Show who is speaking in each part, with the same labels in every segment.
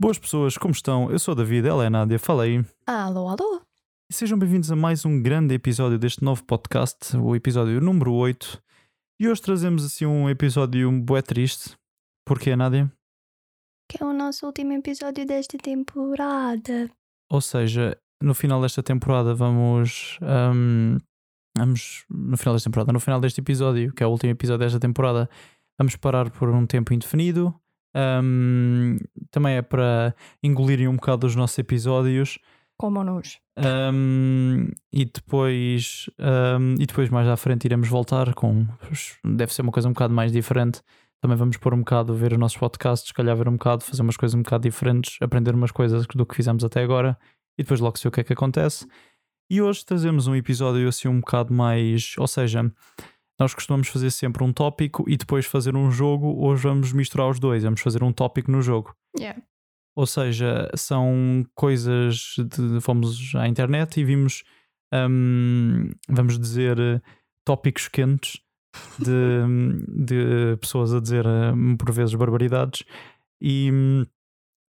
Speaker 1: Boas pessoas, como estão? Eu sou o David, ela é a Nádia, falei.
Speaker 2: Alô, alô.
Speaker 1: Sejam bem-vindos a mais um grande episódio deste novo podcast, o episódio número 8. E hoje trazemos assim um episódio bué triste. Porquê, Nádia?
Speaker 2: Que é o nosso último episódio desta temporada.
Speaker 1: Ou seja, no final desta temporada vamos. hum, vamos. No final desta temporada, no final deste episódio, que é o último episódio desta temporada, vamos parar por um tempo indefinido. Hum, também é para engolirem um bocado os nossos episódios.
Speaker 2: Como nos.
Speaker 1: Um, e depois um, e depois mais à frente iremos voltar com deve ser uma coisa um bocado mais diferente também vamos pôr um bocado ver os nossos podcasts se calhar ver um bocado fazer umas coisas um bocado diferentes aprender umas coisas do que fizemos até agora e depois logo ver o que é que acontece e hoje trazemos um episódio assim um bocado mais ou seja nós costumamos fazer sempre um tópico e depois fazer um jogo hoje vamos misturar os dois vamos fazer um tópico no jogo
Speaker 2: Yeah.
Speaker 1: ou seja, são coisas de. Fomos à internet e vimos, hum, vamos dizer, eh, tópicos quentes de, de pessoas a dizer hum, por vezes barbaridades e, hum,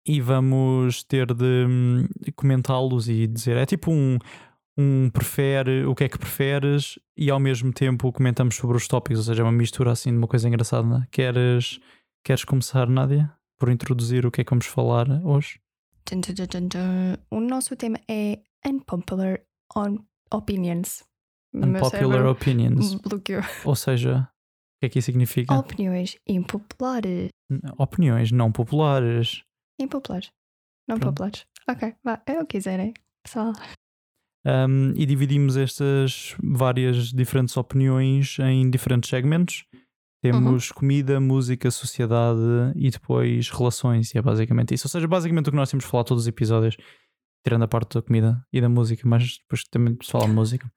Speaker 1: e vamos ter de hum, comentá-los e dizer. É tipo um. Um prefere, o que é que preferes, e ao mesmo tempo comentamos sobre os tópicos, ou seja, é uma mistura assim de uma coisa engraçada. Queres, queres começar, Nádia? por introduzir o que é que vamos falar hoje.
Speaker 2: Tum, tum, tum, tum, tum. O nosso tema é Unpopular on Opinions. O meu
Speaker 1: Unpopular
Speaker 2: cérebro
Speaker 1: opinions.
Speaker 2: Bloqueou.
Speaker 1: Ou seja, o que é que isso significa?
Speaker 2: Opiniões impopulares.
Speaker 1: Opiniões não populares.
Speaker 2: Impopulares. Não
Speaker 1: Pronto.
Speaker 2: populares. Ok, vá. É o que quiserem. Só.
Speaker 1: Um, e dividimos estas várias diferentes opiniões em diferentes segmentos.
Speaker 2: Uhum.
Speaker 1: Temos comida, música, sociedade e depois relações, e é basicamente isso. Ou seja, basicamente o que nós temos de falar todos os episódios, tirando a parte da comida e da música, mas depois também se fala de música.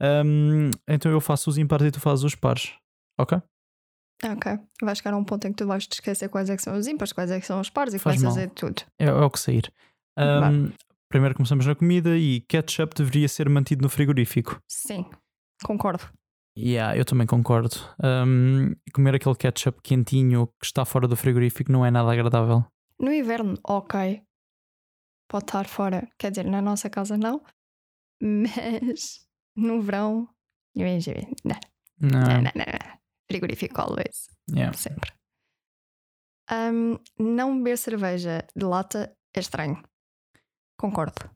Speaker 1: Um, então eu faço os impares e tu fazes os pares, ok?
Speaker 2: Ok. Vai chegar a um ponto em que tu vais te esquecer quais é que são os ímpares, quais é que são os pares e
Speaker 1: Faz
Speaker 2: começas a
Speaker 1: mal.
Speaker 2: dizer tudo.
Speaker 1: É, é o que sair.
Speaker 2: Vá.
Speaker 1: Um, primeiro começamos na comida e ketchup deveria ser mantido no frigorífico.
Speaker 2: Sim. Concordo.
Speaker 1: Yeah, eu também concordo. Um, comer aquele ketchup quentinho que está fora do frigorífico não é nada agradável.
Speaker 2: No inverno, ok. Pode estar fora. Quer dizer, na nossa casa não. Mas no verão. eu ia dizer, Não,
Speaker 1: Não. é
Speaker 2: não, não, não, não. Frigorífico always.
Speaker 1: Yeah.
Speaker 2: Sempre. Ahm, não beber cerveja de lata é estranho. Concordo.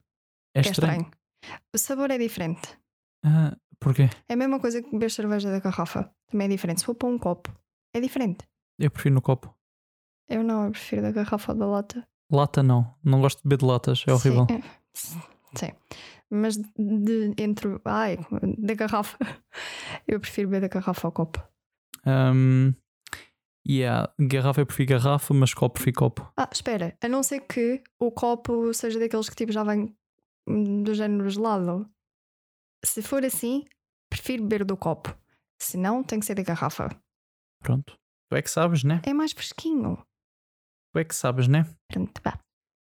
Speaker 1: É estranho.
Speaker 2: O sabor é diferente.
Speaker 1: Ah, porquê?
Speaker 2: É a mesma coisa que beber cerveja da garrafa. Também é diferente. Se for para um copo, é diferente.
Speaker 1: Eu prefiro no copo.
Speaker 2: Eu não, eu prefiro da garrafa ou da lata.
Speaker 1: Lata não. Não gosto de beber de latas. É horrível.
Speaker 2: Sim. é. Sim. Mas de, entre. Ai, da garrafa. Eu prefiro beber da garrafa ao copo.
Speaker 1: Um, yeah. Garrafa eu prefiro garrafa, mas copo prefiro copo.
Speaker 2: Ah, espera. A não ser que o copo seja daqueles que tipo já vem hum, do género gelado. Se for assim, prefiro beber do copo. Se não, tem que ser da garrafa.
Speaker 1: Pronto. Tu é que sabes, né?
Speaker 2: É mais fresquinho.
Speaker 1: Tu é que sabes, né?
Speaker 2: Pronto, vá.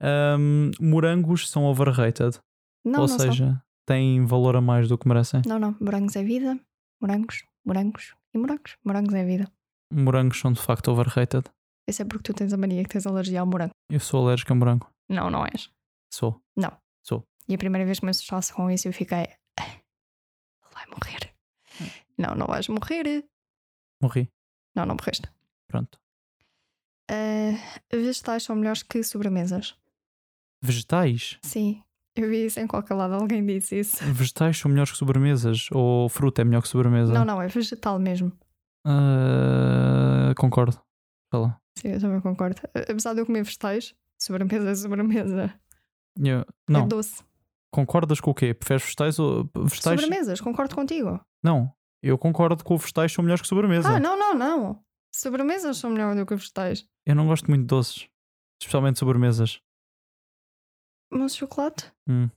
Speaker 1: Um, morangos são overrated.
Speaker 2: Não,
Speaker 1: Ou
Speaker 2: não são.
Speaker 1: seja, têm valor a mais do que merecem.
Speaker 2: Não, não. Morangos é vida. Morangos, morangos e morangos. Morangos é vida.
Speaker 1: Morangos são de facto overrated.
Speaker 2: Isso é porque tu tens a mania que tens alergia ao morango.
Speaker 1: Eu sou alérgico a morango.
Speaker 2: Não, não és.
Speaker 1: Sou.
Speaker 2: E a primeira vez que me assustasse com isso, eu fiquei. "Ah, Ele vai morrer.
Speaker 1: Hum.
Speaker 2: Não, não vais morrer.
Speaker 1: Morri.
Speaker 2: Não, não morreste.
Speaker 1: Pronto.
Speaker 2: Ah, vegetais são melhores que sobremesas.
Speaker 1: Vegetais?
Speaker 2: Sim, eu vi isso em qualquer lado, alguém disse isso.
Speaker 1: Vegetais são melhores que sobremesas? Ou fruta é melhor que sobremesa?
Speaker 2: Não, não, é vegetal mesmo.
Speaker 1: Ah, concordo. Sei lá.
Speaker 2: Sim, eu também concordo. A- Apesar de eu comer vegetais, sobremesa é sobremesa.
Speaker 1: Eu- Não.
Speaker 2: É doce.
Speaker 1: Concordas com o quê? Preferes vegetais ou. Vegetais?
Speaker 2: Sobremesas, concordo contigo.
Speaker 1: Não. Eu concordo com vegetais são melhores que sobremesa.
Speaker 2: Ah, não, não, não. Sobremesas são melhores do que vegetais.
Speaker 1: Eu não gosto muito de doces. Especialmente sobremesas.
Speaker 2: Mousse de chocolate?
Speaker 1: Hum.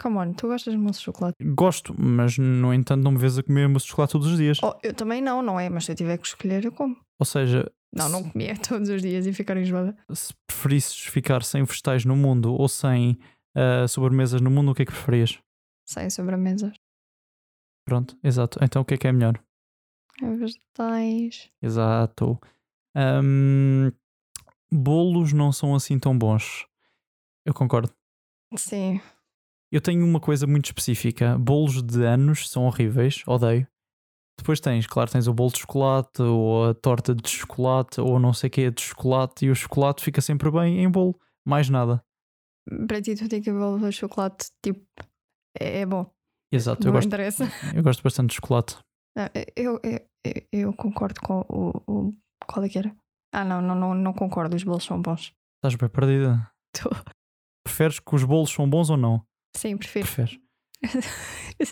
Speaker 2: Come on, tu gostas de mousse de chocolate?
Speaker 1: Gosto, mas no entanto não me vês a comer mousse de chocolate todos os dias.
Speaker 2: Oh, eu também não, não é? Mas se eu tiver que escolher, eu como.
Speaker 1: Ou seja,
Speaker 2: Não,
Speaker 1: se-
Speaker 2: não comia todos os dias e ficar enjoada.
Speaker 1: se preferisses ficar sem vegetais no mundo ou sem ah, sobremesas no mundo, o que é que preferias?
Speaker 2: Sem sobremesas.
Speaker 1: Pronto, exato. Então o que é que é melhor?
Speaker 2: Vegetais.
Speaker 1: Exato. Ahm, bolos não são assim tão bons. Eu concordo.
Speaker 2: Sim.
Speaker 1: Eu tenho uma coisa muito específica. Bolos de anos são horríveis, odeio. Depois tens, claro, tens o bolo de chocolate, ou a torta de chocolate, ou não sei o que é de chocolate, e o chocolate fica sempre bem em bolo. Mais nada.
Speaker 2: Para ti, tudo que envolve chocolate, tipo, é, é bom.
Speaker 1: Exato, eu
Speaker 2: não
Speaker 1: gosto,
Speaker 2: interessa.
Speaker 1: eu gosto bastante de chocolate.
Speaker 2: Não, é, eu, eu, eu- eu concordo com o, o- Qual é que era? Ah, não, não, não, não concordo. Os bolos são bons.
Speaker 1: Estás bem perdida.
Speaker 2: Tô.
Speaker 1: Preferes que os bolos são bons ou não?
Speaker 2: Sim, prefiro.
Speaker 1: Preferes.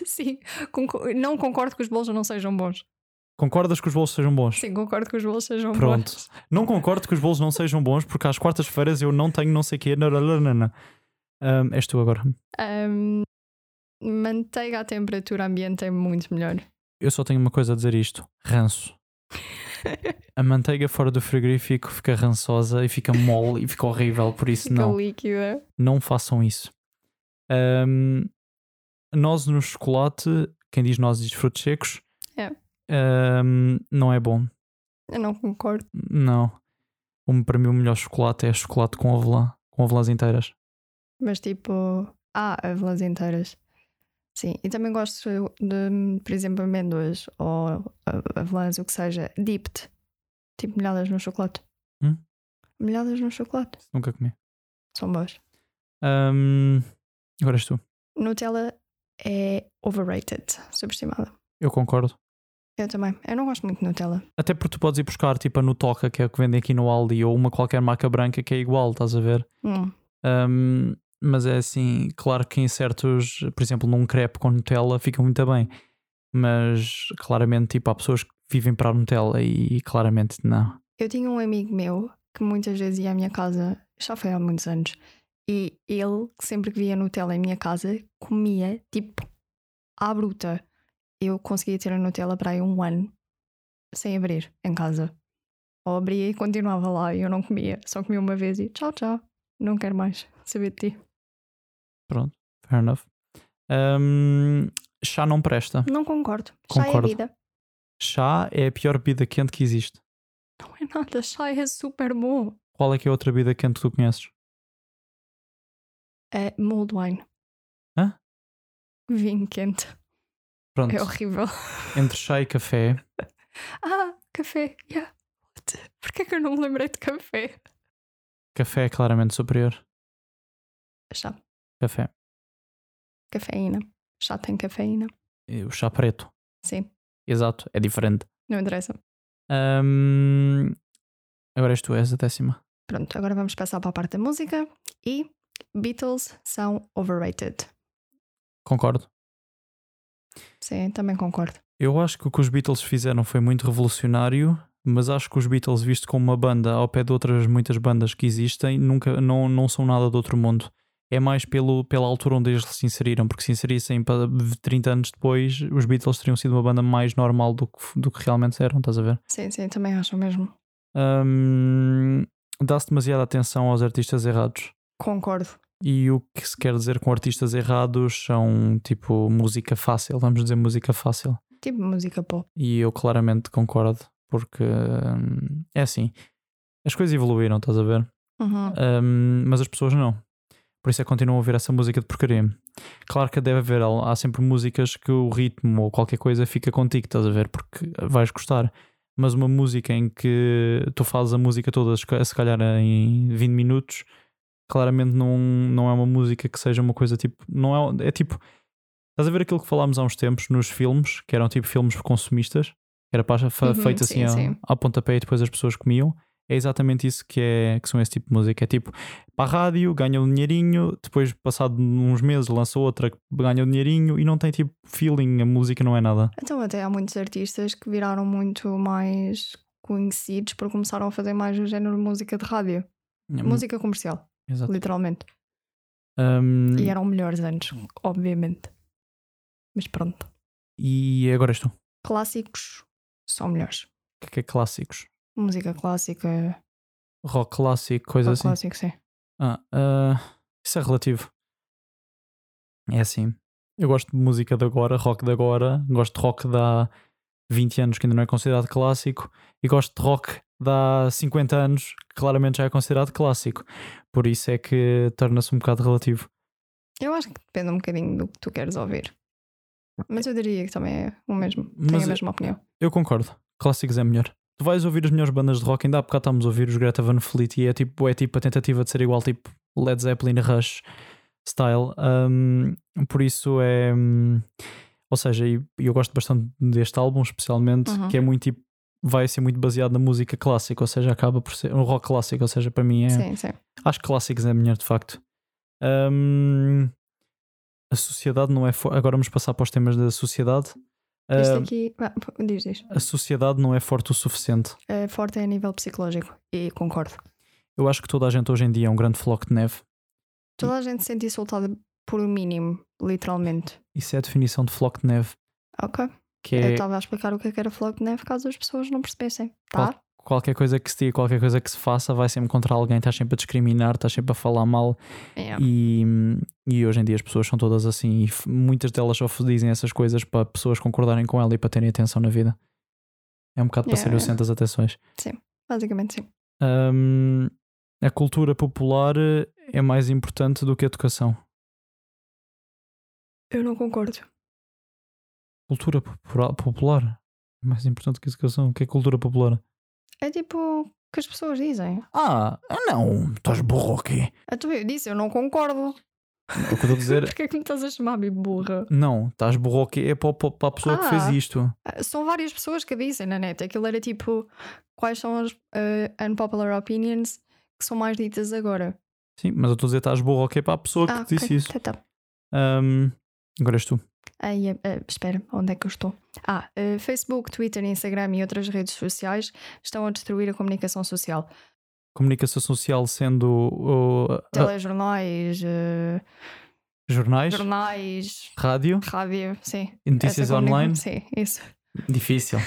Speaker 2: Sim, concor- não concordo que os bolos não sejam bons.
Speaker 1: Concordas que os bolos sejam bons?
Speaker 2: Sim, concordo que os bolos sejam
Speaker 1: Pronto.
Speaker 2: bons.
Speaker 1: Não concordo que os bolos não sejam bons, porque às quartas-feiras eu não tenho não sei o quê. nananana. Ahm, és tu agora.
Speaker 2: Ahm, manteiga à temperatura ambiente é muito melhor.
Speaker 1: Eu só tenho uma coisa a dizer isto: ranço. A manteiga fora do frigorífico fica rançosa e fica mole e fica horrível, por isso
Speaker 2: Fica
Speaker 1: não,
Speaker 2: líquida.
Speaker 1: não façam isso. Ahm, nós no chocolate, quem diz nós diz frutos secos,
Speaker 2: É.
Speaker 1: ahm, não é bom.
Speaker 2: Eu não concordo.
Speaker 1: Não. O- para mim, o melhor chocolate é chocolate com avelã, com avelãs inteiras.
Speaker 2: Mas tipo, há avelãs inteiras. Sim, e também gosto de, por exemplo, amêndoas ou a- avelãs, o que seja, dipped. Tipo, molhadas no chocolate.
Speaker 1: Hum?
Speaker 2: Molhadas no chocolate.
Speaker 1: Nunca comi.
Speaker 2: São boas.
Speaker 1: Ahm, agora és tu.
Speaker 2: Nutella é overrated, subestimada.
Speaker 1: Eu concordo.
Speaker 2: Eu também. Eu não gosto muito de Nutella.
Speaker 1: Até porque tu podes ir buscar tipo a Nutoca, que é o que vendem aqui no Aldi, ou uma qualquer marca branca que é igual, estás a ver?
Speaker 2: Hum,
Speaker 1: Ahm, mas é assim, claro que em certos, por exemplo, num crepe com Nutella fica muito bem. Mas claramente, tipo, há pessoas que vivem para a Nutella e claramente não.
Speaker 2: Eu tinha um amigo meu que muitas vezes ia à minha casa, já foi há muitos anos, e ele, sempre que via Nutella em minha casa, comia tipo à bruta. Eu conseguia ter a Nutella para aí um ano sem abrir em casa. Ou abria e continuava lá e eu não comia. Só comia uma vez e tchau, tchau. Não quero mais saber de ti.
Speaker 1: Pronto, fair enough. Ahm, chá não presta.
Speaker 2: Não concordo. Chá é
Speaker 1: Concordo.
Speaker 2: vida.
Speaker 1: Chá é a pior bebida quente que existe.
Speaker 2: Não é nada. Chá é super bom.
Speaker 1: Qual é que é a outra bebida quente que tu conheces?
Speaker 2: É mold wine.
Speaker 1: Hã?
Speaker 2: Vinho quente.
Speaker 1: Pronto,
Speaker 2: É horrível.
Speaker 1: entre chá e café,
Speaker 2: Ah, café, yeah. What? Porquê que eu não me lembrei de café?
Speaker 1: café é claramente superior.
Speaker 2: Chá,
Speaker 1: Café.
Speaker 2: cafeína. Chá tem cafeína.
Speaker 1: E O chá preto.
Speaker 2: Sim,
Speaker 1: Exato, é diferente.
Speaker 2: não interessa.
Speaker 1: Ahm, agora és tu, és a décima.
Speaker 2: Pronto, agora vamos passar para a parte da música. E Beatles são overrated.
Speaker 1: Concordo.
Speaker 2: Sim, também concordo.
Speaker 1: Eu acho que o que os Beatles fizeram foi muito revolucionário, mas acho que os Beatles, visto como uma banda ao pé de outras muitas bandas que existem, nunca não, não são nada do outro mundo. É mais pelo, pela altura onde eles se inseriram, porque se inserissem pa- 30 anos depois, os Beatles teriam sido uma banda mais normal do que, f- do que realmente eram, estás a ver?
Speaker 2: Sim, sim, também acho mesmo.
Speaker 1: Hum, Dá-se demasiada atenção aos artistas errados.
Speaker 2: Concordo.
Speaker 1: E o que se quer dizer com artistas errados são tipo música fácil, vamos dizer música fácil.
Speaker 2: Tipo música pop.
Speaker 1: E eu claramente concordo, porque hum, é assim, as coisas evoluíram, estás a ver?
Speaker 2: Uhum.
Speaker 1: Hum, mas as pessoas não. Por isso é que continuam a ouvir essa música de porcaria. Claro que deve haver, há sempre músicas que o ritmo ou qualquer coisa fica contigo, estás a ver? Porque vais gostar. Mas uma música em que tu fazes a música toda, se calhar em 20 minutos, claramente não, não é uma música que seja uma coisa tipo. Não é, é tipo. Estás a ver aquilo que falámos há uns tempos nos filmes, que eram tipo filmes consumistas, que era pa- fa-
Speaker 2: Uhum,
Speaker 1: feito
Speaker 2: sim,
Speaker 1: assim
Speaker 2: sim.
Speaker 1: A, a pontapé e depois as pessoas comiam. É exatamente isso que, é, que são esse tipo de música. É tipo, para a rádio, ganha um dinheirinho, depois, passado uns meses, lança outra que ganha um dinheirinho e não tem tipo feeling, a música não é nada.
Speaker 2: Então, até há muitos artistas que viraram muito mais conhecidos porque começaram a fazer mais o género de música de rádio. Música comercial,
Speaker 1: Hum, Exato.
Speaker 2: literalmente.
Speaker 1: Hum,
Speaker 2: E eram melhores antes, obviamente. Mas pronto.
Speaker 1: e agora estou. O
Speaker 2: Clássicos são melhores.
Speaker 1: que é que é clássicos?
Speaker 2: Música clássica,
Speaker 1: Rock clássico, coisa
Speaker 2: rock
Speaker 1: assim.
Speaker 2: clássico, sim.
Speaker 1: Ah, ah, isso é relativo. É assim. Eu gosto de música de agora, rock de agora, gosto de rock de há 20 anos que ainda não é considerado clássico, e gosto de rock de há 50 anos, que claramente já é considerado clássico. Por isso é que torna-se um bocado relativo.
Speaker 2: Eu acho que depende um bocadinho do que tu queres ouvir. Mas eu diria que também é o mesmo.
Speaker 1: Mas
Speaker 2: Tenho
Speaker 1: eu-
Speaker 2: a mesma opinião.
Speaker 1: Eu concordo. Clássicos é melhor. Tu vais ouvir as melhores bandas de rock, ainda há bocado estamos a ouvir os Greta Van Fleet e é tipo, é tipo a tentativa de ser igual, tipo Led Zeppelin Rush style. Hum, por isso é. hum, ou seja, e e eu gosto bastante deste álbum, especialmente,
Speaker 2: Uhum.
Speaker 1: que é muito tipo. Vai ser muito baseado na música clássica, ou seja, acaba por ser um rock clássico, ou seja, para mim é.
Speaker 2: Sim, sim.
Speaker 1: Acho que clássicos é melhor, de facto. Hum, a sociedade não é. fo- Agora vamos passar para os temas da sociedade.
Speaker 2: Isto
Speaker 1: Hum,
Speaker 2: aqui. Ah, p- diz, diz.
Speaker 1: a sociedade não é forte o suficiente.
Speaker 2: É forte a nível psicológico. E concordo.
Speaker 1: Eu acho que toda a gente hoje em dia é um grande floco de neve.
Speaker 2: Toda a gente se sente insultada por um mínimo, literalmente.
Speaker 1: Isso é a definição de floco de neve,
Speaker 2: Ok.
Speaker 1: que
Speaker 2: Eu
Speaker 1: é
Speaker 2: estava a explicar o que é que era floco de neve caso as pessoas não percebessem. Tá?
Speaker 1: qualquer coisa que se diga, qualquer coisa que se faça, vai sempre contra alguém, estás sempre a discriminar, estás sempre a falar mal.
Speaker 2: Yeah.
Speaker 1: E, e hoje em dia as pessoas são todas assim, e f- muitas delas só dizem essas coisas para pessoas concordarem com ela e para terem atenção na vida. É um bocado para
Speaker 2: Yeah,
Speaker 1: ser o
Speaker 2: yeah.
Speaker 1: centro das atenções.
Speaker 2: Basicamente, sim.
Speaker 1: Hum, a cultura popular é mais importante do que a educação.
Speaker 2: Eu não concordo.
Speaker 1: Cultura popula- popular? É Mais importante que a educação? O que é cultura popular?
Speaker 2: É tipo o que as pessoas dizem.
Speaker 1: Ah, não, estás burro aqui.
Speaker 2: Ah, tu eu disse, eu não concordo.
Speaker 1: O que eu estou a dizer.
Speaker 2: Porquê é que me estás a chamar de burra?
Speaker 1: Não, estás burro aqui é para, para- para a pessoa que
Speaker 2: Ah.
Speaker 1: fez isto.
Speaker 2: Ah, São várias pessoas que dizem na net. Aquilo era tipo, quais são as ah, unpopular opinions que são mais ditas agora?
Speaker 1: Sim, mas eu estou a dizer estás burro aqui para a pessoa que te
Speaker 2: ok.
Speaker 1: disse isso.
Speaker 2: Tá, tá.
Speaker 1: Ahm, agora és tu.
Speaker 2: Ai, ah, ah, espera, onde é que eu estou? Ah, ah, Facebook, Twitter, Instagram e outras redes sociais estão a destruir a comunicação social.
Speaker 1: Ah. Comunicação social sendo o- o- ah,
Speaker 2: Telejornais, ah,
Speaker 1: jornais,
Speaker 2: jornais,
Speaker 1: rádio,
Speaker 2: rádio, sim.
Speaker 1: e notícias
Speaker 2: Essa comunica-
Speaker 1: online.
Speaker 2: Sim, isso.
Speaker 1: Difícil.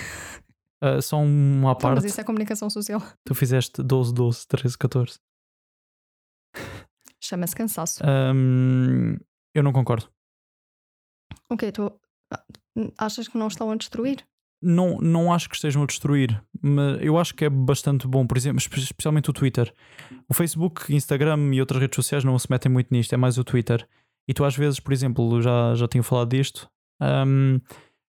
Speaker 1: Ah, só uma
Speaker 2: Então, Mas
Speaker 1: parte.
Speaker 2: isso é comunicação social.
Speaker 1: Tu fizeste 12, 12, 13, 14.
Speaker 2: Chama-se cansaço.
Speaker 1: Ahm, eu não concordo.
Speaker 2: Ok, tu ah, achas que não estão a destruir?
Speaker 1: não, não acho que estejam a destruir, mas eu acho que é bastante bom, por exemplo, espe- especialmente o Twitter. O Facebook, Instagram e outras redes sociais não se metem muito nisto, é mais o Twitter. E tu às vezes, por exemplo, já, já tinha falado disto, hum,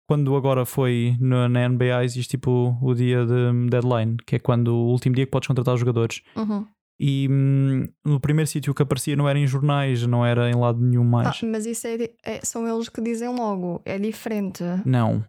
Speaker 1: quando agora foi na, na NBA existe tipo o dia de deadline, que é quando o último dia que podes contratar os jogadores.
Speaker 2: Uhum.
Speaker 1: E hum, no primeiro sítio que aparecia não era em jornais, não era em lado nenhum
Speaker 2: Ah,
Speaker 1: mais.
Speaker 2: mas isso é, di- é- são eles que dizem logo, é diferente.
Speaker 1: Não.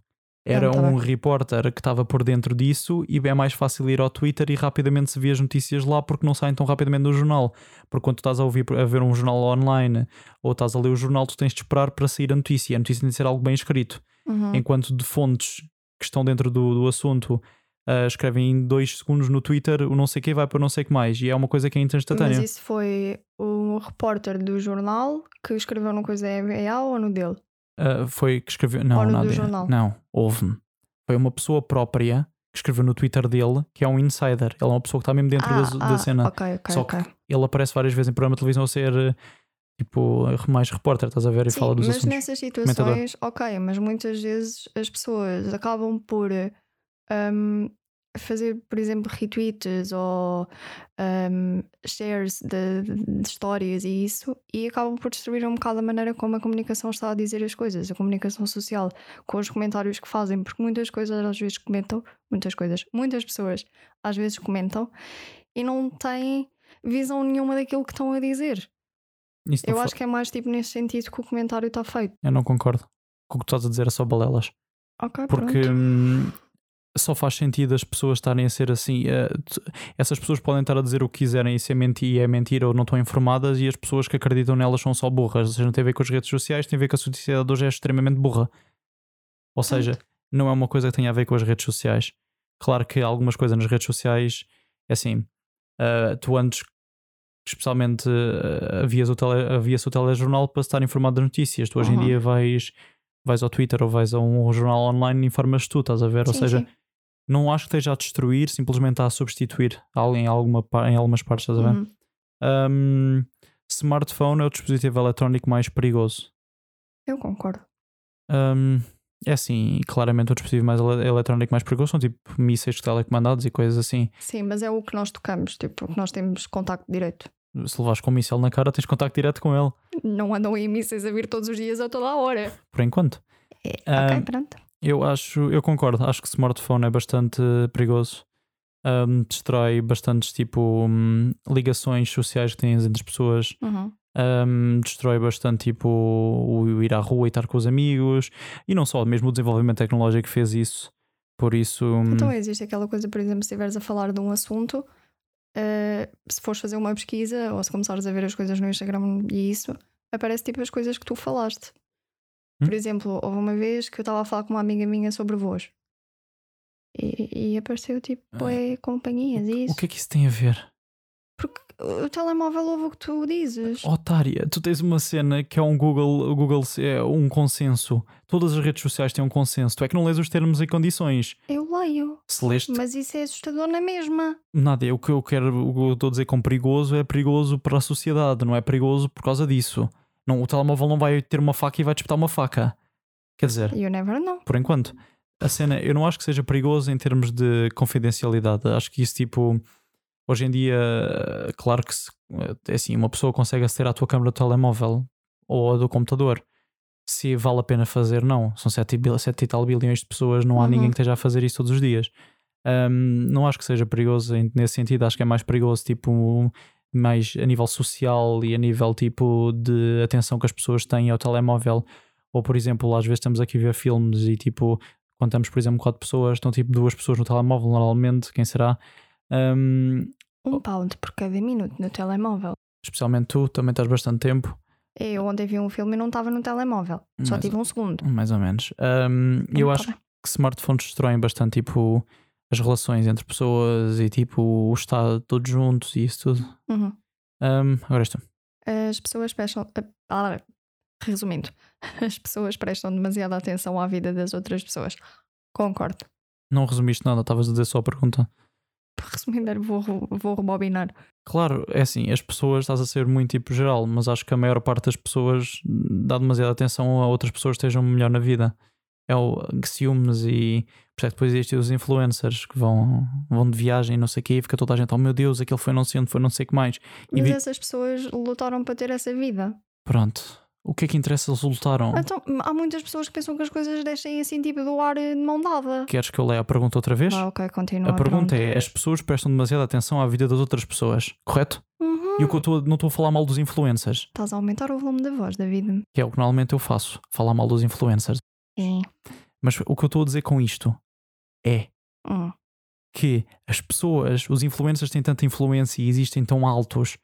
Speaker 1: Era
Speaker 2: Não, tá
Speaker 1: um
Speaker 2: bem.
Speaker 1: repórter que estava por dentro disso e é mais fácil ir ao Twitter e rapidamente se vê as notícias lá porque não saem tão rapidamente do jornal. Porque quando tu estás a ouvir a ver um jornal online ou estás a ler o jornal, tu tens de esperar para sair a notícia. A notícia tem de ser algo bem escrito.
Speaker 2: Uhum.
Speaker 1: Enquanto de fontes que estão dentro do, do assunto ah, escrevem em dois segundos no Twitter o não sei que vai para não sei que mais. E é uma coisa que é
Speaker 2: Mas
Speaker 1: instantânea.
Speaker 2: isso foi o repórter do jornal que escreveu no coisa da NBA ou no dele?
Speaker 1: Ah, foi que escreveu. Não,
Speaker 2: Fora do
Speaker 1: nada.
Speaker 2: jornal.
Speaker 1: Não, houve-me. Foi uma pessoa própria que escreveu no Twitter dele, que é um insider. Ele é uma pessoa que está mesmo dentro da, da cena.
Speaker 2: Ah, Ok, ok,
Speaker 1: Só que
Speaker 2: ok.
Speaker 1: Ele aparece várias vezes em programa de televisão a ser eh, tipo mais repórter, estás a ver? E
Speaker 2: Sim,
Speaker 1: fala dos
Speaker 2: mas
Speaker 1: assuntos.
Speaker 2: nessas situações, ok, mas muitas vezes as pessoas acabam por um, fazer, por exemplo, retweets ou um, shares de, de histórias e isso, e acabam por destruir um bocado a maneira como a comunicação está a dizer as coisas, a comunicação social, com os comentários que fazem, porque muitas coisas às vezes comentam, muitas coisas, muitas pessoas às vezes comentam e não têm visão nenhuma daquilo que estão a dizer.
Speaker 1: Isso não
Speaker 2: Eu
Speaker 1: fa-
Speaker 2: acho que é mais tipo nesse sentido que o comentário está feito.
Speaker 1: eu não concordo. Com o que tu estás a dizer é só balelas.
Speaker 2: Ok,
Speaker 1: Porque
Speaker 2: Ah, pronto.
Speaker 1: hum, só faz sentido as pessoas estarem a ser assim. eh, t- essas pessoas podem estar a dizer o que quiserem e ser mentira, é mentira ou não estão informadas, e as pessoas que acreditam nelas são só burras. Ou seja, não tem a ver com as redes sociais, tem a ver com a sociedade hoje é extremamente burra. Ou seja, não é uma coisa que tenha a ver com as redes sociais. Claro que algumas coisas nas redes sociais, é assim, eh, tu antes, especialmente, eh, havias o, tele, havias o telejornal para estar informado das notícias. Tu hoje em
Speaker 2: Uhum.
Speaker 1: dia vais vais ao Twitter ou vais a um jornal online e informas tu, estás a ver? ou
Speaker 2: Sim,
Speaker 1: seja,
Speaker 2: sim.
Speaker 1: não acho que esteja a destruir, simplesmente está a substituir alguém em, alguma, pa- em algumas partes, estás a ver?
Speaker 2: Uhum.
Speaker 1: Um, smartphone é o dispositivo eletrónico mais perigoso.
Speaker 2: eu concordo.
Speaker 1: Um, é assim, claramente um dispositivo mais ele- eletrónico mais precoce, são tipo mísseis telecomandados e coisas assim.
Speaker 2: Sim, mas é o que nós tocamos, tipo, o que nós temos contacto direto.
Speaker 1: Se levares com um míssel na cara, tens contacto direto com ele,
Speaker 2: Não andam aí mísseis a vir todos os dias ou toda a hora.
Speaker 1: por enquanto.
Speaker 2: É,
Speaker 1: Ah,
Speaker 2: ok, pronto.
Speaker 1: Eu acho, eu concordo, acho que smartphone é bastante perigoso. Ahm, destrói bastantes tipo hum, ligações sociais que tens entre as pessoas,
Speaker 2: Uhum.
Speaker 1: Ahm, destrói bastante tipo o ir à rua e estar com os amigos, e não só, mesmo o desenvolvimento tecnológico fez isso. Por isso, hum,
Speaker 2: Então existe aquela coisa, por exemplo, se estiveres a falar de um assunto, eh, se fores fazer uma pesquisa ou se começares a ver as coisas no Instagram e isso, aparece tipo as coisas que tu falaste. Por
Speaker 1: Hum.
Speaker 2: exemplo, houve uma vez que eu estava a falar com uma amiga minha sobre voos. E, e apareceu tipo,
Speaker 1: Ah.
Speaker 2: é companhias e
Speaker 1: o
Speaker 2: isso.
Speaker 1: que é que isso tem a ver?
Speaker 2: Porque o telemóvel ouve o que tu dizes.
Speaker 1: Otária, tu tens uma cena que é um Google, o Google é um consenso. Todas as redes sociais têm um consenso. Tu é que não lês os termos e condições.
Speaker 2: Eu leio.
Speaker 1: Se leste,
Speaker 2: Mas isso é assustador na mesma.
Speaker 1: nada, é o que eu quero, o que eu estou a dizer com perigoso é perigoso para a sociedade, não é perigoso por causa disso. Não, o telemóvel não vai ter uma faca e vai disputar uma faca. Quer dizer,
Speaker 2: You never know.
Speaker 1: por enquanto. A cena, eu não acho que seja perigoso em termos de confidencialidade. Acho que isso, tipo, hoje em dia, claro que se, é assim, uma pessoa consegue aceder à tua câmara do telemóvel ou do computador. Se vale a pena fazer, não. São 7 e tal bilhões de pessoas, não há
Speaker 2: Uhum.
Speaker 1: ninguém que esteja a fazer isso todos os dias. Ahm, não acho que seja perigoso em- nesse sentido. Acho que é mais perigoso, tipo, mais a nível social e a nível, tipo, de atenção que as pessoas têm ao telemóvel. Ou, por exemplo, às vezes estamos aqui a ver filmes e, tipo, quando estamos, por exemplo, quatro pessoas, estão, tipo, duas pessoas no telemóvel, normalmente, quem será? Ahm,
Speaker 2: Um pound por cada minuto no telemóvel.
Speaker 1: especialmente tu, também estás bastante tempo,
Speaker 2: Eu ontem vi um filme e não estava no telemóvel. Só
Speaker 1: Mas-
Speaker 2: tive um segundo.
Speaker 1: mais ou menos. Ahm, eu
Speaker 2: Não
Speaker 1: acho
Speaker 2: tava.
Speaker 1: que smartphones destroem bastante, tipo, as relações entre pessoas e, tipo, o estado todos juntos e isso tudo.
Speaker 2: Uhum.
Speaker 1: Ahm, agora isto.
Speaker 2: As pessoas prestam. ah, resumindo, as pessoas prestam demasiada atenção à vida das outras pessoas. Concordo.
Speaker 1: Não resumiste nada, estavas a dizer só a pergunta.
Speaker 2: Resumindo, vou, re- vou rebobinar.
Speaker 1: Claro, é assim, as pessoas estás a ser muito tipo geral, mas acho que a maior parte das pessoas dá demasiada atenção a outras pessoas que estejam melhor na vida. É o que ciúmes e por isso é que depois existem os influencers que vão, vão de viagem e não sei o quê, e fica toda a gente, oh meu Deus, aquele foi não sendo, foi não sei o que mais. E
Speaker 2: Mas é
Speaker 1: vi-
Speaker 2: essas pessoas lutaram para ter essa vida.
Speaker 1: Pronto, o que é que interessa? Eles lutaram.
Speaker 2: Então, há muitas pessoas que pensam que as coisas deixem assim, tipo, do ar eh, de mão dada.
Speaker 1: Queres que eu leia a pergunta outra vez?
Speaker 2: Ah, ok, continua.
Speaker 1: a pergunta
Speaker 2: pronto.
Speaker 1: é: as pessoas prestam demasiada atenção à vida das outras pessoas, correto?
Speaker 2: Uhum.
Speaker 1: é, E o que eu estou a- não estou a falar mal dos influencers,
Speaker 2: Estás a aumentar o volume da voz, David.
Speaker 1: que é o que normalmente eu faço, falar mal dos influencers.
Speaker 2: Sim.
Speaker 1: Mas o que eu estou a dizer com isto é
Speaker 2: Hum.
Speaker 1: que as pessoas, os influencers têm tanta influência e existem tão altos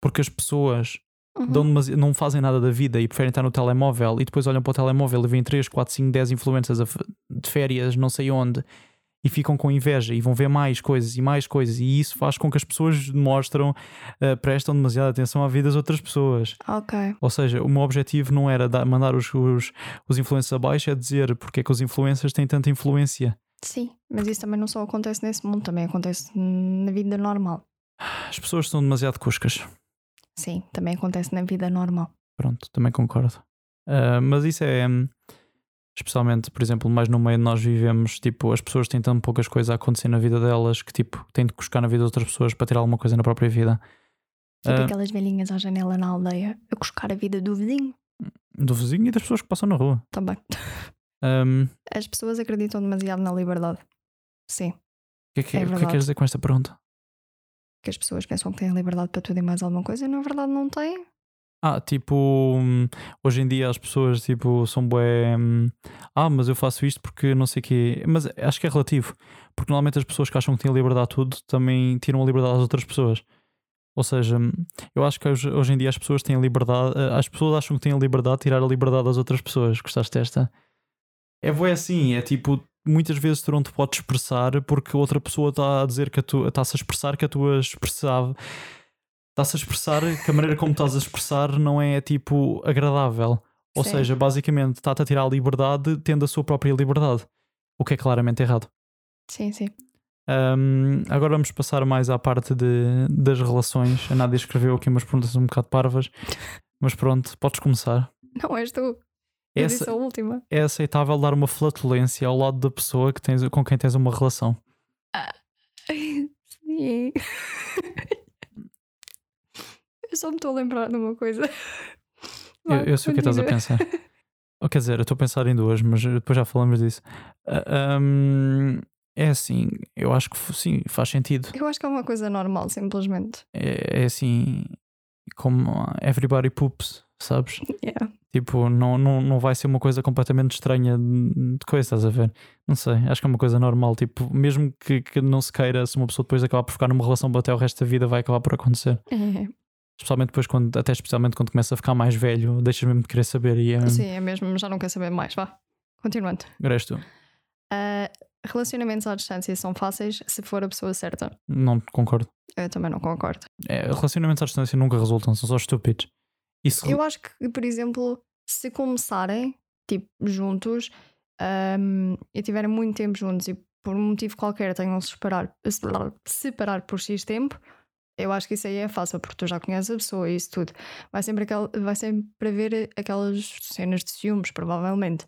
Speaker 1: porque as pessoas
Speaker 2: Uhum.
Speaker 1: dão demasi- não fazem nada da vida e preferem estar no telemóvel e depois olham para o telemóvel e veem 3, 4, 5, 10 influencers a f- de férias, não sei onde, e ficam com inveja e vão ver mais coisas e mais coisas, e isso faz com que as pessoas mostram, eh, prestam demasiada atenção à vida das outras pessoas.
Speaker 2: Ok.
Speaker 1: Ou seja, o meu objetivo não era dar- mandar os, os, os influencers abaixo, é dizer porque é que os influencers têm tanta influência.
Speaker 2: Sim, mas isso também não só acontece nesse mundo, também acontece na vida normal.
Speaker 1: As pessoas são demasiado cuscas.
Speaker 2: Sim, também acontece na vida normal.
Speaker 1: Pronto, também concordo. Ah, mas isso é. hum, Especialmente, por exemplo, mais no meio onde nós vivemos, tipo, as pessoas têm tão poucas coisas a acontecer na vida delas que, tipo, têm de buscar na vida de outras pessoas para ter alguma coisa na própria vida.
Speaker 2: Tipo
Speaker 1: Ah,
Speaker 2: aquelas velhinhas à janela na aldeia a cuscar a vida do vizinho
Speaker 1: Ah, do vizinho e das pessoas que passam na rua. Ah, hum,
Speaker 2: também.
Speaker 1: Ahm,
Speaker 2: As pessoas acreditam demasiado na liberdade. Sim,
Speaker 1: o que é que, o que é
Speaker 2: É
Speaker 1: que
Speaker 2: verdade.
Speaker 1: queres dizer com esta pergunta?
Speaker 2: que as pessoas pensam que têm liberdade para tudo e mais alguma coisa e na verdade não têm.
Speaker 1: Ah, tipo, hum, hoje em dia as pessoas, tipo, são bué. hum, Ah, mas eu faço isto porque não sei o quê. Mas acho que é relativo. Porque normalmente as pessoas que acham que têm liberdade a tudo também tiram a liberdade às outras pessoas. Ou seja, hum, eu acho que hoje, hoje em dia as pessoas têm liberdade. eh, As pessoas acham que têm liberdade de tirar a liberdade às outras pessoas. Gostaste desta? É bué assim, é tipo. Muitas vezes tu não te podes expressar porque outra pessoa está a dizer que a tua está-se a expressar que a tua expressava, Estás a expressar que a maneira como estás a expressar não é tipo agradável. Ou
Speaker 2: Sim.
Speaker 1: seja, basicamente está-te a tirar a liberdade tendo a sua própria liberdade, o que é claramente errado.
Speaker 2: Sim, sim.
Speaker 1: Ahm, agora vamos passar mais à parte de- das relações. A Nádia escreveu aqui umas perguntas um bocado parvas, mas pronto, podes começar.
Speaker 2: Não és tu. Eu
Speaker 1: Essa-
Speaker 2: disse a última.
Speaker 1: É aceitável dar uma flatulência ao lado da pessoa que tens, com quem tens uma relação.
Speaker 2: Sim. eu só me estou a lembrar de uma coisa.
Speaker 1: Eu,
Speaker 2: Vá,
Speaker 1: eu sei o que estás a pensar.
Speaker 2: continua.
Speaker 1: Ou quer dizer, eu estou a pensar em duas, mas depois já falamos disso. Ah, hum, é assim, eu acho que f- sim, faz sentido.
Speaker 2: Eu acho que é uma coisa normal, simplesmente.
Speaker 1: É, é assim, como everybody poops, sabes?
Speaker 2: Yeah.
Speaker 1: Tipo, não, não, não vai ser uma coisa completamente estranha de de coisa, estás a ver? Não sei, acho que é uma coisa normal. Tipo, mesmo que, que não se queira, se uma pessoa depois acabar por ficar numa relação até o resto da vida, vai acabar por acontecer. Hum.
Speaker 2: É.
Speaker 1: Especialmente depois, quando, até especialmente quando começa a ficar mais velho, deixas mesmo de querer saber. E é.
Speaker 2: Sim, é mesmo, já não quero saber mais. Vá. Continuando.
Speaker 1: Agora és tu.
Speaker 2: Ah, relacionamentos à distância são fáceis se for a pessoa certa.
Speaker 1: Não concordo.
Speaker 2: Eu também não concordo.
Speaker 1: É, relacionamentos à distância nunca resultam, são só estúpidos. Isso.
Speaker 2: Eu acho que, por exemplo, se começarem, tipo, juntos ahm, e tiverem muito tempo juntos e por um motivo qualquer tenham se separar,
Speaker 1: Hum.
Speaker 2: separar- separar por X tempo, eu acho que isso aí é fácil, porque tu já conheces a pessoa e isso tudo. Vai sempre, aquel, vai sempre haver aquelas cenas de ciúmes, provavelmente.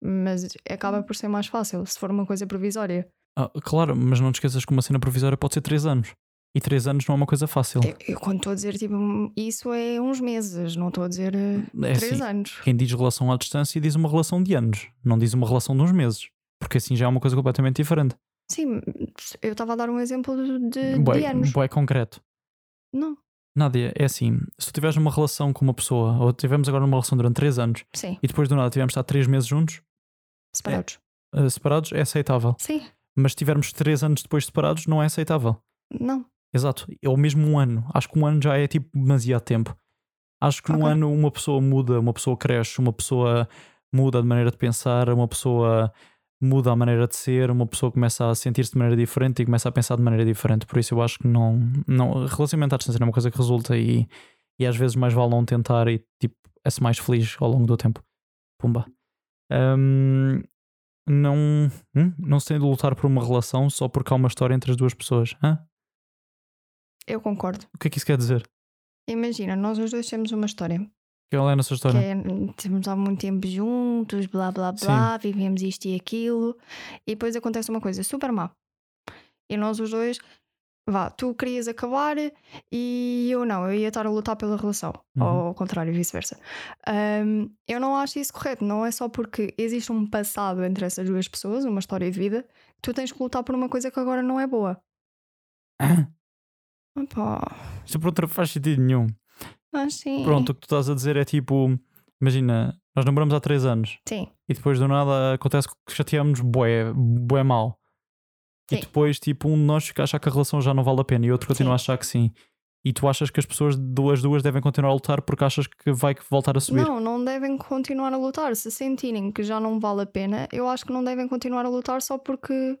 Speaker 2: Mas acaba por ser mais fácil, se for uma coisa provisória.
Speaker 1: Ah, claro, mas não te esqueças que uma cena provisória pode ser 3 anos. E 3 anos não é uma coisa fácil.
Speaker 2: Eu, eu quando estou a dizer, tipo, isso é uns meses, não estou a dizer eh,
Speaker 1: É
Speaker 2: três
Speaker 1: assim,
Speaker 2: anos.
Speaker 1: Quem diz relação à distância diz uma relação de anos, não diz uma relação de uns meses, porque assim já é uma coisa completamente diferente.
Speaker 2: Sim, eu estava a dar um exemplo de, de
Speaker 1: Bué-
Speaker 2: anos.
Speaker 1: bué concreto.
Speaker 2: Não,
Speaker 1: Nádia, é assim, se tu tiveres uma relação com uma pessoa, ou tivemos agora uma relação durante 3 anos,
Speaker 2: sim,
Speaker 1: e depois do nada tivemos estar 3 meses juntos, É.
Speaker 2: separados.
Speaker 1: eh, separados, é aceitável.
Speaker 2: Sim,
Speaker 1: Mas se tivermos 3 anos depois separados, não é aceitável.
Speaker 2: não.
Speaker 1: Exato, ou mesmo um ano. Acho que um ano já é tipo demasiado tempo. Acho que num
Speaker 2: Ok.
Speaker 1: ano uma pessoa muda, uma pessoa cresce, uma pessoa muda de maneira de pensar, uma pessoa muda a maneira de ser, uma pessoa começa a sentir-se de maneira diferente e começa a pensar de maneira diferente. Por isso eu acho que não. não relacionamento à distância não é uma coisa que resulta e, e às vezes mais vale não tentar e tipo é-se mais feliz ao longo do tempo. Pumba. Hum, não, hum? não se tem de lutar por uma relação só porque há uma história entre as duas pessoas. Hã?
Speaker 2: Eu concordo.
Speaker 1: O que é que isso quer dizer?
Speaker 2: Imagina, nós os dois temos uma história.
Speaker 1: Qual é a nossa
Speaker 2: Que
Speaker 1: história?
Speaker 2: é, temos há muito tempo juntos, blá blá blá, vivemos isto e aquilo. E depois acontece uma coisa super má. E nós os dois, vá, tu querias acabar e eu não, eu ia estar a lutar pela relação.
Speaker 1: Uhum.
Speaker 2: Ou ao contrário, vice-versa. Ahm, eu não acho isso correto. Não é só porque existe um passado entre essas duas pessoas, uma história de vida, que tu tens que lutar por uma coisa que agora não é boa. Opa,
Speaker 1: Isto por outra faz sentido nenhum.
Speaker 2: mas sim.
Speaker 1: Pronto, o que tu estás a dizer é tipo: imagina, nós namoramos há 3 anos
Speaker 2: Sim,
Speaker 1: e depois do nada acontece que chateamos bué, bué mal. E
Speaker 2: Sim.
Speaker 1: depois, tipo, um de nós fica a achar que a relação já não vale a pena e outro continua a achar que sim. E tu achas que as pessoas, duas duas, devem continuar a lutar porque achas que vai voltar a subir.
Speaker 2: Não, não devem continuar a lutar. Se sentirem que já não vale a pena, eu acho que não devem continuar a lutar só porque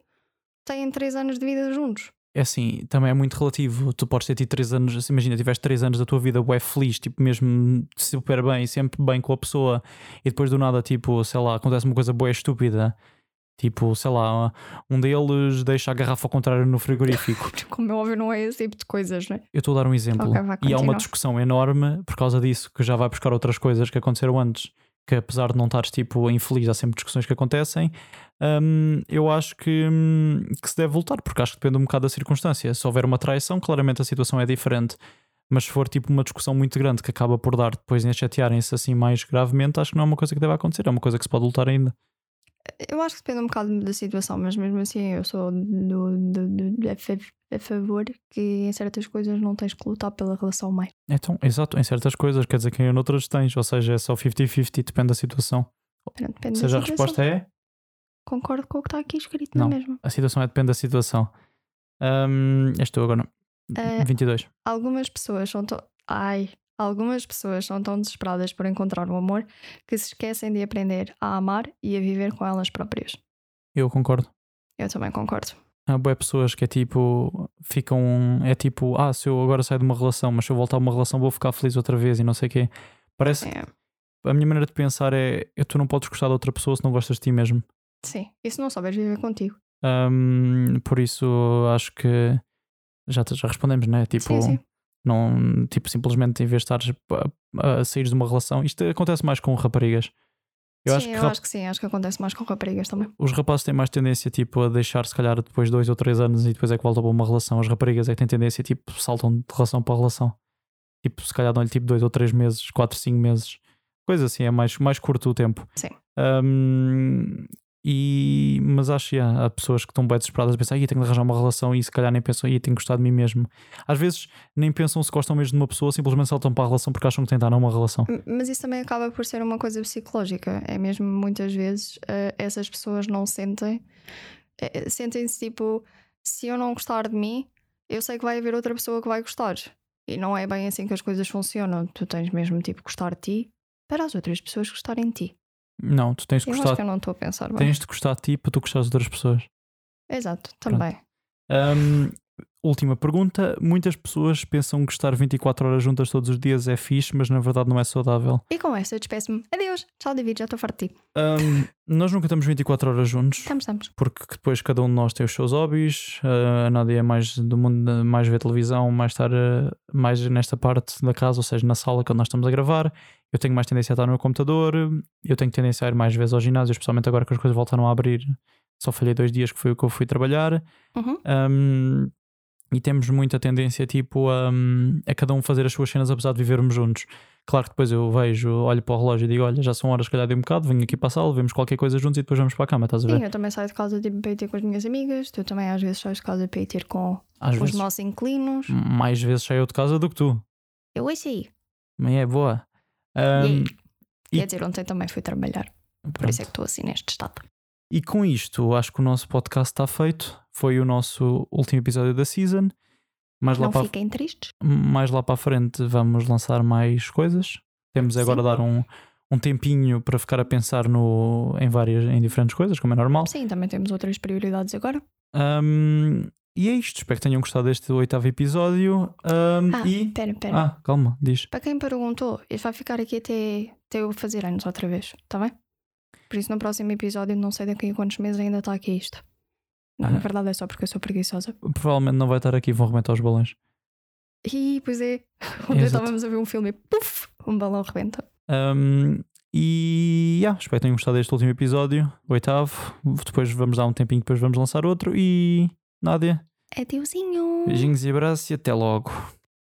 Speaker 2: têm três anos de vida juntos.
Speaker 1: É assim, também é muito relativo. Tu podes ter tido 3 anos, assim, imagina, tiveste 3 anos da tua vida bué feliz, tipo, mesmo super bem, sempre bem com a pessoa, e depois do nada, tipo, sei lá, acontece uma coisa bué estúpida. Tipo, sei lá, um deles deixa a garrafa ao contrário no frigorífico.
Speaker 2: Porque, Como é óbvio, não é esse tipo de coisas, né?
Speaker 1: Eu estou a dar um exemplo.
Speaker 2: Ok, vá,
Speaker 1: e há uma
Speaker 2: continua.
Speaker 1: discussão enorme por causa disso, que já vai buscar outras coisas que aconteceram antes. Que apesar de não estares tipo infeliz, há sempre discussões que acontecem. Hum, eu acho que, hum, que se deve voltar, porque acho que depende um bocado da circunstância. Se houver uma traição, claramente a situação é diferente. Mas se for tipo uma discussão muito grande que acaba por dar depois em chatearem-se assim mais gravemente, acho que não é uma coisa que deve acontecer, é uma coisa que se pode lutar ainda.
Speaker 2: Eu acho que depende um bocado da situação, mas mesmo assim eu sou do, do, do- do- a fa- a favor que em certas coisas não tens que lutar pela relação mais.
Speaker 1: Então, exato, em certas coisas, quer dizer que em outras tens, ou seja, é só 50-50, depende da situação.
Speaker 2: Portanto,
Speaker 1: Ou
Speaker 2: depende da
Speaker 1: seja, a
Speaker 2: situação.
Speaker 1: resposta é.
Speaker 2: Concordo com o que está aqui escrito, não,
Speaker 1: Não.
Speaker 2: é mesmo?
Speaker 1: A situação é depende da situação. Hum, és tu agora.
Speaker 2: Eh,
Speaker 1: 22.
Speaker 2: Algumas pessoas são tão. Ai! Algumas pessoas são tão desesperadas por encontrar o amor que se esquecem de aprender a amar e a viver com elas próprias.
Speaker 1: Eu concordo.
Speaker 2: Eu também concordo.
Speaker 1: Há boé pessoas que é tipo. Ficam. É tipo. Ah, se eu agora saio de uma relação, mas se eu voltar a uma relação vou ficar feliz outra vez e não sei o quê. Parece.
Speaker 2: É,
Speaker 1: A minha maneira de pensar é. Tu não podes gostar de outra pessoa se não gostas de ti mesmo.
Speaker 2: sim, e se não souberes viver contigo.
Speaker 1: Hum, por isso acho que. Já, te- já respondemos, né? Tipo.
Speaker 2: sim, sim.
Speaker 1: Não, tipo, simplesmente em vez de estares a, a sair de uma relação, isto acontece mais com raparigas. Eu
Speaker 2: sim,
Speaker 1: acho que
Speaker 2: eu
Speaker 1: rap-
Speaker 2: acho que sim, acho que acontece mais com raparigas também.
Speaker 1: os rapazes têm mais tendência tipo, a deixar, se calhar, depois dois ou três anos e depois é que voltam para uma relação. As raparigas é que têm tendência, tipo, saltam de relação para relação. Tipo, se calhar dão-lhe tipo dois ou três meses, quatro, cinco meses. Coisa assim, é mais, mais curto o tempo.
Speaker 2: Sim.
Speaker 1: Ahm, e, mas acho que yeah, há pessoas que estão bem desesperadas a pensar, "Ih, tenho de arranjar uma relação e se calhar nem pensam, "Ih, tenho que gostar de mim mesmo. Às vezes nem pensam se gostam mesmo de uma pessoa, simplesmente saltam para a relação porque acham que têm de estar numa relação.
Speaker 2: M- Mas isso também acaba por ser uma coisa psicológica. É mesmo muitas vezes eh, essas pessoas não sentem. eh, eh, Sentem-se tipo, se eu não gostar de mim, eu sei que vai haver outra pessoa que vai gostar. E não é bem assim que as coisas funcionam. Tu tens mesmo tipo gostar de ti para as outras pessoas gostarem de ti.
Speaker 1: Não, tu tens de
Speaker 2: Eu acho
Speaker 1: gostar,
Speaker 2: que é eu não estou a pensar bem.
Speaker 1: tens de gostar de ti para tu gostares de outras pessoas.
Speaker 2: Exato, também.
Speaker 1: Hum, última pergunta. Muitas pessoas pensam que estar 24 horas juntas todos os dias é fixe, mas na verdade não é saudável.
Speaker 2: E com esta eu despeço-me. Adeus. Tchau, David. Já estou farto de ti.
Speaker 1: Hum, nós nunca estamos 24 horas juntos.
Speaker 2: Estamos, estamos.
Speaker 1: Porque depois cada um de nós tem os seus hobbies, ah, a Nádia é mais do mundo, de mais ver televisão, mais estar ah, mais nesta parte da casa, ou seja, na sala quando nós estamos a gravar. Eu tenho mais tendência a estar no meu computador, eu tenho tendência a ir mais vezes ao ginásio, especialmente agora que as coisas voltaram a abrir. Só falhei dois dias que foi o que eu fui trabalhar.
Speaker 2: Uhum.
Speaker 1: Um, e temos muita tendência tipo a, a cada um fazer as suas cenas apesar de vivermos juntos. Claro que depois eu vejo, olho para o relógio e digo: Olha, já são horas, se calhar de um bocado, venho aqui para a sala, vemos qualquer coisa juntos e depois vamos para a cama, estás a ver?
Speaker 2: Sim, eu também saio de casa tipo, para ir ter com as minhas amigas. Tu também às vezes sais de casa para ir ter com
Speaker 1: Às
Speaker 2: os
Speaker 1: vezes, Hum.
Speaker 2: nossos inclinos.
Speaker 1: mais vezes saio de casa do que tu,
Speaker 2: Eu ouço aí.
Speaker 1: mas é boa.
Speaker 2: E
Speaker 1: Um,
Speaker 2: aí?
Speaker 1: e-
Speaker 2: Quer dizer, ontem também fui trabalhar, por
Speaker 1: pronto.
Speaker 2: isso é que estou assim neste estado.
Speaker 1: E com isto, acho que o nosso podcast está feito. Foi o nosso último episódio da season. Mais lá,
Speaker 2: Não
Speaker 1: para, a-
Speaker 2: fiquem tristes.
Speaker 1: mais lá para a frente vamos lançar mais coisas. Temos agora a dar um, um tempinho para ficar a pensar no, em várias, em diferentes coisas, como é normal.
Speaker 2: Sim, também temos outras prioridades agora.
Speaker 1: Ahm, e é isto. Espero que tenham gostado deste oitavo episódio. Ahm,
Speaker 2: Ah,
Speaker 1: e.
Speaker 2: pera, pera.
Speaker 1: Ah, calma, diz.
Speaker 2: Para quem perguntou, isto vai ficar aqui até, até eu fazer anos outra vez, está bem? Por isso, no próximo episódio, não sei daqui a quantos meses ainda está aqui isto. Não,
Speaker 1: Ah.
Speaker 2: na verdade é só porque eu sou preguiçosa.
Speaker 1: Provavelmente não vai estar aqui, vão rebentar os balões.
Speaker 2: E pois é, ontem
Speaker 1: Exato.
Speaker 2: estávamos a ver um filme e puf, um balão rebenta.
Speaker 1: Um, e yeah, espero que tenham gostado deste último episódio, oitavo. Depois vamos dar um tempinho, depois vamos lançar outro. E Nádia,
Speaker 2: Adeusinho!
Speaker 1: beijinhos e abraços e até logo.